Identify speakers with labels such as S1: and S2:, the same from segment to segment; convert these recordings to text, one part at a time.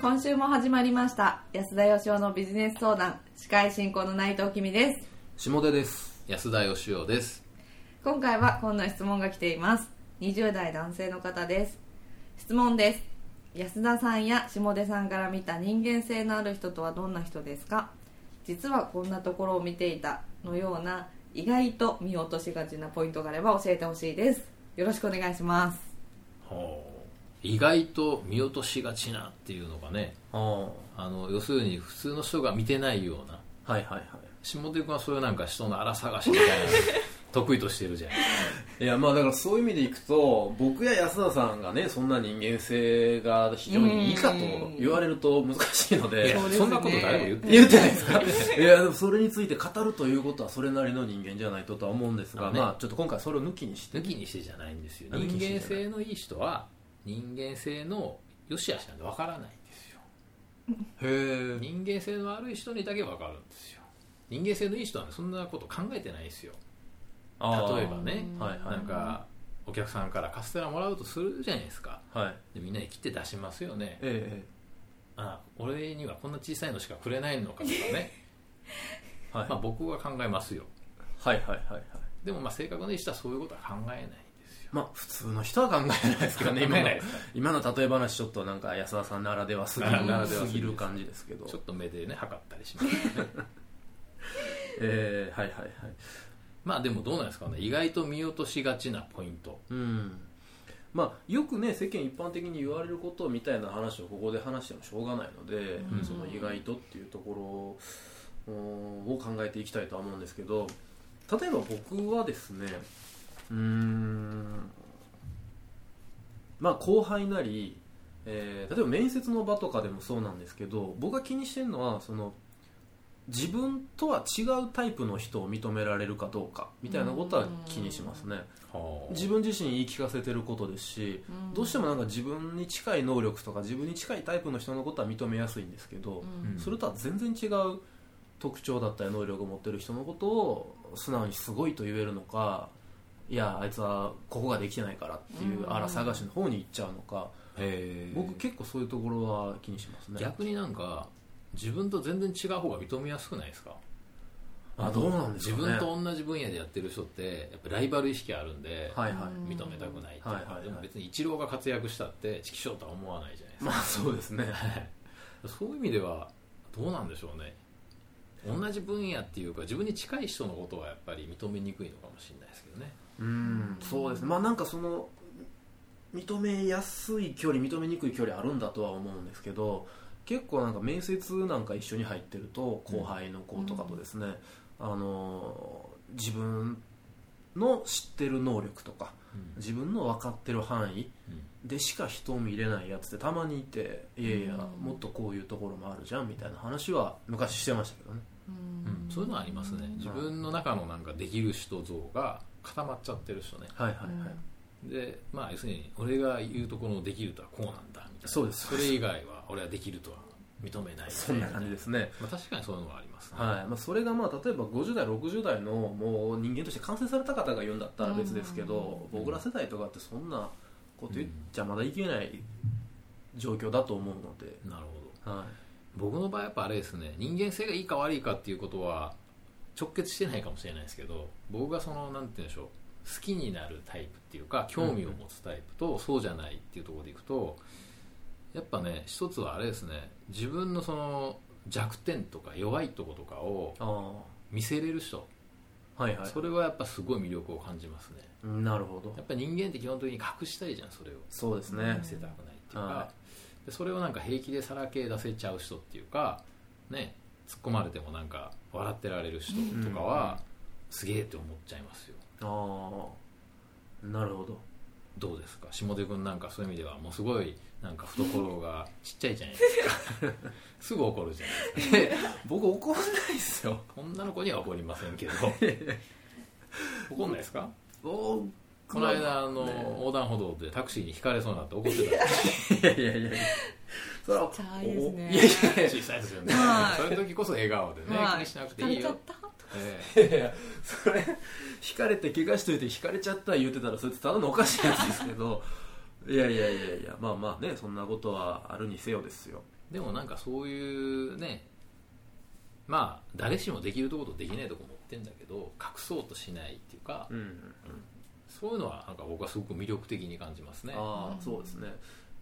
S1: 今週も始まりました安田義生のビジネス相談司会進行の内藤君です
S2: 下手です
S3: 安田義雄です
S1: 今回はこんな質問が来ています20代男性の方です質問です安田さんや下出さんから見た人間性のある人とはどんな人ですか実はこんなところを見ていたのような意外と見落としがちなポイントがあれば教えてほしいですよろしくお願いします
S3: 意外と見落としがちなっていうのがね
S2: ああは
S3: あの要するに普通の人が見てないようない
S2: はいは
S3: 下手君はそういうなんか人の荒探しみたいな得意としてるじゃん
S2: いいやまあだからそういう意味でいくと僕や安田さんがねそんな人間性が非常にいいかと言われると難しいの
S3: い
S2: で
S3: や
S1: そうですね
S3: そんなこと誰も言ってない
S2: 言ってないですかいやでもそれについて語るということはそれなりの人間じゃないととは思うんですが、
S3: あね
S2: まあちょっと今回それを抜きにして
S3: 抜きにしてじゃないんですよ
S2: 抜
S3: 人
S2: き
S3: 間
S2: にしてじゃない
S3: 性のいい人は人間性の良し悪しなんてわからないんですよ
S2: え
S3: 人間性の悪い人にだけわかるんですよ人間性のいい人はねそんなこと考えてないですよ例えばね
S2: はいはい
S3: なんかお客さんからカステラもらうとするじゃないですか
S2: はい
S3: でみんなに切って出しますよね
S2: え
S3: あ俺にはこんな小さいのしかくれないのかとかね、
S2: えはい
S3: まあ、僕は考えますよ
S2: はいはいはいはい
S3: でもまあ性格のいい人はそういうことは考えないんですよ
S2: まあ普通の人は考えないですけどね
S3: 考
S2: 今
S3: え
S2: の
S3: ないですか
S2: 今の例え話ちょっとなんか安田さんならではすぎる
S3: ならではすぎる
S2: すぎる感じですけど
S3: ちょっと目でね測ったりします ね
S2: えー、はいはいはい
S3: まあでもどうなんですかね意外と見落としがちなポイント
S2: うんまあ、よくね世間一般的に言われることみたいな話をここで話してもしょうがないので、
S1: うん
S2: その意外とっていうところうんを考えていきたいとは思うんですけど例えば僕はですねうーんまあ後輩なり、えー例えば面接の場とかでもそうなんですけど僕が気にしてるのはその自分とは違うタイプの人を認められるかどうかみたいなことは気にしますね。自分自身に言い聞かせてることですしどうしてもなんか自分に近い能力とか自分に近いタイプの人のことは認めやすいんですけど、
S1: うん
S2: それとは全然違う特徴だったり能力を持ってる人のことを素直にすごいと言えるのかいやあいつはここができてないからっていう
S1: うん
S2: あら探しの方に行っちゃうのか、
S3: へ
S2: 僕結構そういうところは気にしますね
S3: 逆になんか自分と全然違う方が認めやすくないですか
S2: あどうなんです
S3: 自
S2: かね
S3: 分と同じ分野でやってる人ってやっぱライバル意識あるんで、
S2: はいはい、
S1: うん
S3: 認めたくないっていうか、
S2: はいはいはい
S3: でも別にイチローが活躍したってチキショーとは思わないじゃないですか、
S2: まあそうですね
S3: そういう意味ではどうなんでしょうね同じ分野っていうか自分に近い人のことはやっぱり認めにくいのかもしれないですけどね
S2: うんそうですねまあなんかその認めやすい距離認めにくい距離あるんだとは思うんですけど結構なんか面接なんか一緒に入ってると後輩の子とかとですね、あの自分の知ってる能力とか
S3: うん
S2: 自分の分かってる範囲でしか人を見れないやつってたまにいていやいや
S1: うん
S2: もっとこういうところもあるじゃんみたいな話は昔してましたけどね
S3: うんそういうのはありますね自分の中のなんかできる人像が固まっちゃってる人ね
S2: はいはいはい、
S3: でまあ要するに俺が言うところのできるとはこうなんだみたいな
S2: そうです
S3: それ以外は俺はできるとは認めない、
S2: そんな感じですすね
S3: まあ、確かにそういうのはありますね、
S2: はいまあ、それがまあ例えば50代、60代のもう人間として完成された方が言うんだったら別ですけど、
S3: うん
S2: 僕ら世代とかってそんなこと言っちゃまだいけない状況だと思うので、
S3: なるほど
S2: は
S3: 僕の場合やっぱあれですね人間性がいいか悪いかっていうことは直結してないかもしれないですけど僕がそのなんて言うんでしょう好きになるタイプっていうか興味を持つタイプと、そうじゃないっていうところでいくとやっぱね一つはあれですね自分のその弱点とか弱いとことかを
S2: い、あ
S3: 見せれる人、
S2: あはいはい
S3: それはやっぱすごい魅力を感じますね
S2: なるほど
S3: やっぱ人間って基本的に隠したいじゃんそれを
S2: そうです
S1: う
S2: ね
S1: ん
S3: 見せたくないっていう
S2: は
S3: か、でそれをなんか平気でさらけ出せちゃう人っていうかね突っ込まれてもなんか笑ってられる人とかは、すげえって思っちゃいますよ
S2: ああなるほど
S3: どうですか下出君なんかそういう意味ではもうすごいなんか懐がちっちゃいじゃないですか すぐ怒るじゃないですか
S2: 僕怒んないですよ
S3: 女の子には怒りませんけ ど怒んないですか
S2: お
S3: この間あの、
S2: ね
S3: 横断歩道でタクシーにひかれそうになって怒って た
S2: いやいやいやそれは
S1: ちっちゃいですね
S2: おいやいやい
S3: 小さいですよね、
S1: はい
S3: そういう時こそ笑顔でね、
S1: はい
S3: 気にしなくて
S1: 疲
S3: い
S1: れ
S3: い
S1: ちゃっ
S3: よ、
S1: た
S3: ええ
S2: やいやいやそれ引かれて怪我しといて引かれちゃった言うてたらそれってただのおかしいやつですけどいやいやいやいやまあまあねそんなことはあるにせよですよ
S3: でもなんかそういうねまあ誰しもできるとことできないとこ持ってんだけど隠そうとしないっていうか、
S2: うん
S3: そういうのはなんか僕はすごく魅力的に感じますね
S2: あ
S1: うん
S2: あそうですね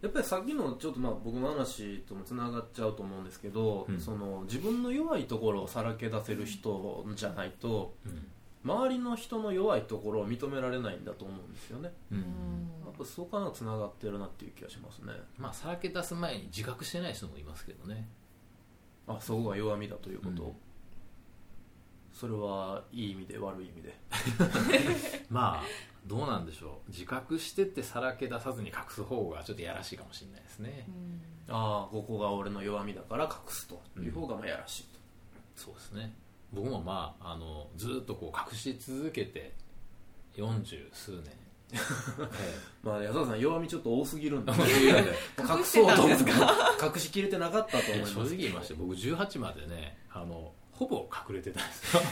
S2: やっぱりさっきのちょっとまあ僕の話ともつながっちゃうと思うんですけど、
S3: うん
S2: その自分の弱いところをさらけ出せる人じゃないと
S3: うん
S2: 周りの人の弱いところを認められないんだと思うんですよね
S3: う
S1: うんん
S2: やっぱそこからつながってるなっていう気がしますね
S3: まあさらけ出す前に自覚してない人もいますけどね
S2: あそこが弱みだということ、
S3: うん
S2: それはいい意味で悪い意味で
S3: まあどうなんでしょう自覚してってさらけ出さずに隠す方がちょっとやらしいかもしれないですね、
S2: ああここが俺の弱みだから隠すという方がまあやらしいと、
S3: そうですね僕もまああのずっとこう隠し続けて四十数年、
S2: まあ安田さん弱みちょっと多すぎるんで隠
S1: 隠して
S2: そう
S1: た
S2: と
S1: ん
S2: 思
S1: で
S2: っ
S1: す
S2: て
S1: か
S2: 隠しきれてなかったと
S3: い
S2: 思い
S3: や
S2: ます
S3: 正直言いまして僕18までねあのほぼ隠れてたんです よ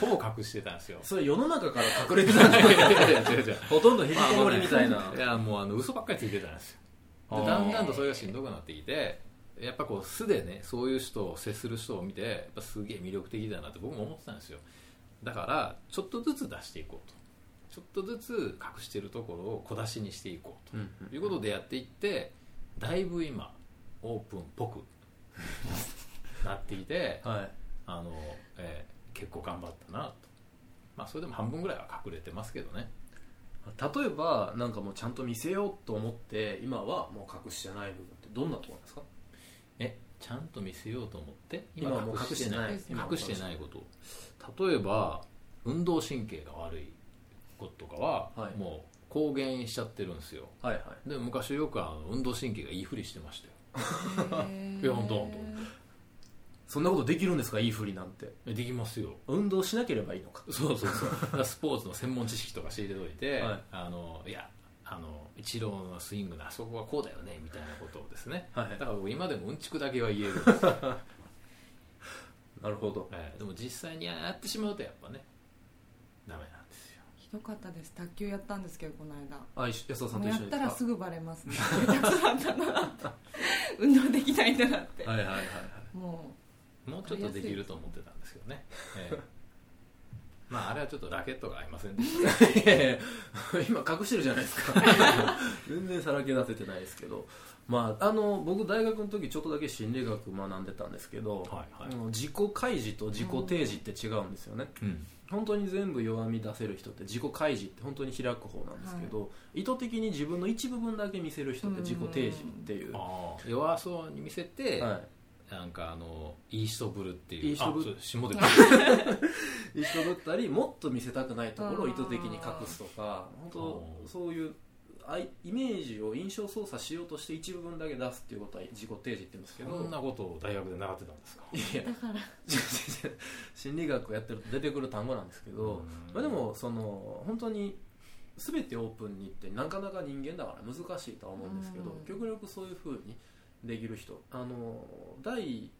S3: ほぼ隠してたんですよ
S2: それ世の中から隠れてたんじゃないほとんど引きこもりみた いな、
S3: いやもうあの嘘ばっかりついてたんですよ
S2: あー
S3: でだんだんとそれがしんどくなってきてやっぱこう素でねそういう人を接する人を見てやっぱすげえ魅力的だなって僕も思ってたんですよだからちょっとずつ出していこうとちょっとずつ隠してるところを小出しにしていこう
S2: うん
S3: ということでやっていってだいぶ今オープンっぽ くなってきて
S2: はい
S3: あの、えー結構頑張ったなとまあそれでも半分ぐらいは隠れてますけどね
S2: 例えばなんかもうちゃんと見せようと思って今はもう隠してない部分ってどんなところなんですか
S3: えちゃんと見せようと思って
S2: 今はもう隠してない
S3: 隠
S1: 今はもう
S3: 隠してないこと例えば運動神経が悪いこととかは、
S2: はい
S3: もう公言しちゃってるんですよ
S2: はいはい
S3: で昔よくあの運動神経がいいふりしてましたよ
S1: い
S3: いや本当本
S2: そんなことできるんですかいいふりなんて
S3: えできますよ
S2: 運動しなければいいのか
S3: そうそうそうだからスポーツの専門知識とか仕入れといて、
S2: はい
S3: あのいやあのイチローのスイングのあそこはこうだよねみたいなことをですね、
S2: はい
S3: だから僕今でもうんちくだけは言え るんですよ、
S2: なるほど
S3: ええでも実際にやってしまうとやっぱねダメなんですよ
S1: ひどかったです卓球やったんですけどこの間
S2: あ一緒安田さん
S1: もう
S2: と一
S1: や
S2: 緒
S1: っ
S2: に
S1: たらすぐバレますね下手くそだったなって運動できないんだなって、
S2: はいはいはいはい
S1: も
S3: もうちょっとできると思ってたんですけどね、え えまああれはちょっとラケットが合いませんでした
S2: いやいや今隠してるじゃないで すか全然さらけ出せてないですけど、まあ、あの僕大学の時ちょっとだけ心理学学んでたんですけど、
S3: はいはい
S2: あの自己開示と自己提示って違うんですよね、
S3: うん
S2: 本当に全部弱み出せる人って自己開示って本当に開く方なんですけど、意図的に自分の一部分だけ見せる人って自己提示っていう
S3: ああ弱そうに見せて、
S2: は
S3: なんかあのいい人ぶるっていう
S2: いい人ぶる
S3: あそう下で
S2: い、一緒ぶったりもっと見せたくないところを意図的に隠すとか本
S3: うん
S2: 当そういうあいイメージを印象操作しようとして一部分だけ出すっていうことは自己提示って言うんですけ
S3: そ
S2: ど
S3: んなことを大学で習ってたんですか
S2: いや
S1: うだから
S2: 違う違う違う 心理学をやってると出てくる単語なんですけど、まあ、でもその本当に全てオープンにってなかなか人間だから難しいとは思うんですけど、
S1: うん
S2: 極力そういうふうにできる人あの第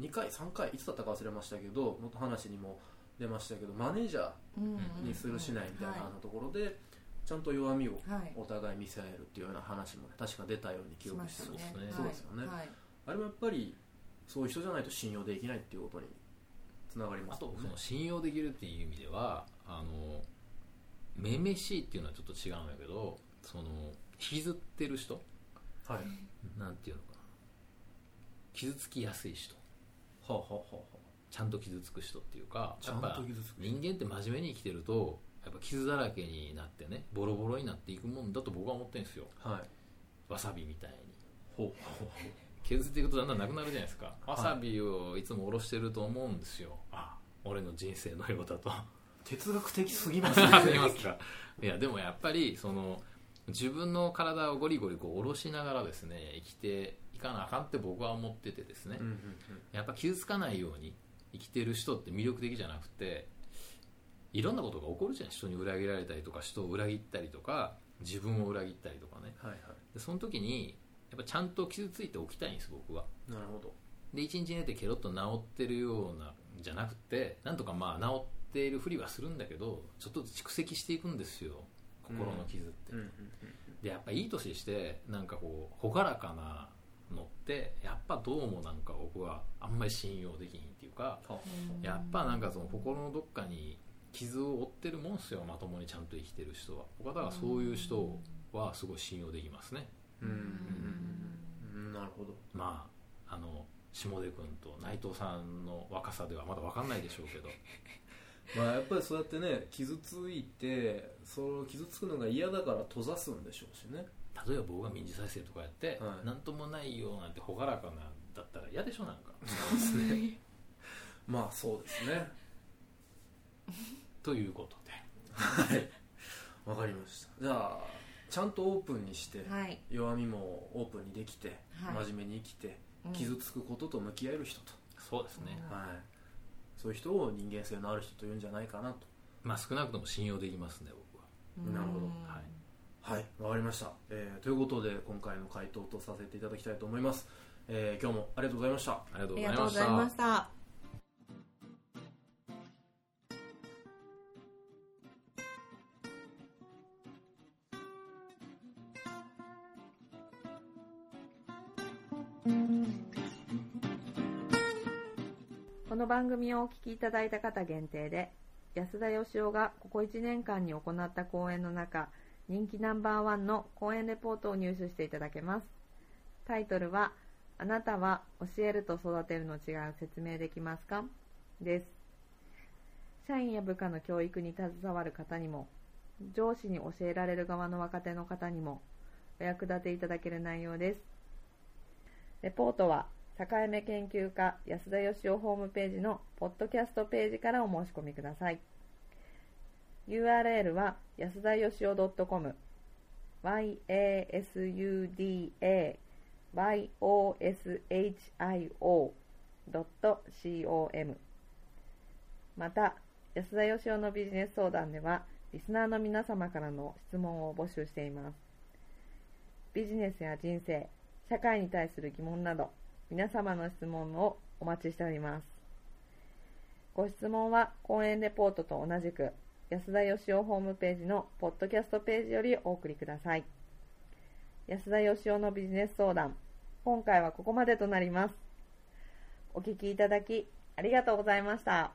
S2: 2回3回いつだったか忘れましたけどもっと話にも出ましたけどマネージャ
S1: うん
S2: ーにするしないみたいな
S1: は
S2: あのところでちゃんと弱みを
S1: い、はい、
S2: お互い見せ合えるっていうような話もね確か出たように記
S1: し
S2: 憶
S1: ま
S2: し
S1: してた
S2: る
S1: ね
S2: そうですよね
S1: はいはい
S2: あれもやっぱりそういう人じゃないと信用できないっていうことにつながりま
S3: あ
S2: すも
S3: と
S2: ん
S3: そ
S2: ね
S3: の信用できるっていう意味ではあのめめしいっていうのはちょっと違うんやけどその引きずってる人
S2: はいは
S3: なんていうのかな傷つきやすい人
S2: あはあはあは
S3: ちゃんと傷つく人っていうか
S2: あち
S3: や
S2: ゃ
S3: っ
S2: ん
S3: ぱ
S2: と傷つく
S3: 人間って真面目に生きてるとやっぱ傷だらけになってねボロボロになっていくもんだと僕は思ってるんですよ
S2: はい
S3: わさびみたいに
S2: ほうほうほう
S3: 削っていくとだんだんなくなるじゃないですか
S2: い
S3: わさびをいつもおろしてると思うんですよあ俺の人生のようだと
S2: 哲学的すぎますね
S3: ありますかいやでもやっぱりその自分の体をゴリゴリこう下ろしながらですね生きていかなあかんって僕は思っててですね、
S2: うんうん
S3: やっぱ傷つかないように生きてる人って魅力的じゃなくていろんなことが起こるじゃん人に裏切られたりとか人を裏切ったりとか自分を裏切ったりとかね
S2: うんはいは
S3: でその時にやっぱちゃんと傷ついておきたいんです僕はい
S2: なるほど
S3: で一日寝てケロッと治ってるようなんじゃなくてなんとかまあ治っているふりはするんだけどちょっとずつ蓄積していくんですよ心の傷って、
S2: うんうん
S3: でやっぱいい年してなんかこう朗らかなのってやっぱどうもなんか僕はあんまり信用できひんっていうか
S2: は
S1: うん
S3: やっぱなんかその心のどっかに傷を負ってるもんっすよまともにちゃんと生きてる人は他だからそういう人はすごい信用できますね
S2: うんうんなるほど
S3: まああの下出君と内藤さんの若さではまだ分かんないでしょうけど
S2: まあやっぱりそうやってね傷ついてその傷つくのが嫌だから閉ざすんでしょうしね
S3: 例えば僕が民事再生とかやって、
S2: はい
S3: なんともないよなんて朗らかなんだったら嫌でしょなんか
S2: まあそうですね
S3: ということで
S2: はいわかりましたじゃあちゃんとオープンにして、
S1: はい
S2: 弱みもオープンにできて、
S1: はい
S2: 真面目に生きて
S1: うん
S2: 傷つくことと向き合える人と、
S3: そうですね、
S1: うん
S2: はい、そういう人を人間性のある人と言うんじゃないかなと
S3: まあ少なくとも信用できますね僕は
S1: うん
S2: なるほど
S3: はい
S2: はいわかりました、えーということで今回の回答とさせていただきたいと思います、えー今日もありがとうございました
S3: ありがと
S1: あ
S3: う
S1: り
S3: ご
S1: が
S3: ざい
S1: とう
S3: ま
S1: ご
S3: し
S1: ざいま
S3: た
S1: したこの番組をお聞きいただいた方限定で安田義生がここ1年間に行った講演の中人気ナンバーワンの講演レポートを入手していただけますタイトルは「あなたは教えると育てるの違いを説明できますか?」です社員や部下の教育に携わる方にも上司に教えられる側の若手の方にもお役立ていただける内容ですレポートは境目研究家安田義雄ホームページのポッドキャストページからお申し込みください URL は安田義雄 .com yasudayoshio.com また安田義雄のビジネス相談ではリスナーの皆様からの質問を募集していますビジネスや人生社会に対する疑問など皆様の質問をお待ちしておりますご質問は講演レポートと同じく安田義雄ホームページのポッドキャストページよりお送りください安田義雄のビジネス相談今回はここまでとなりますお聞きいただきありがとうございました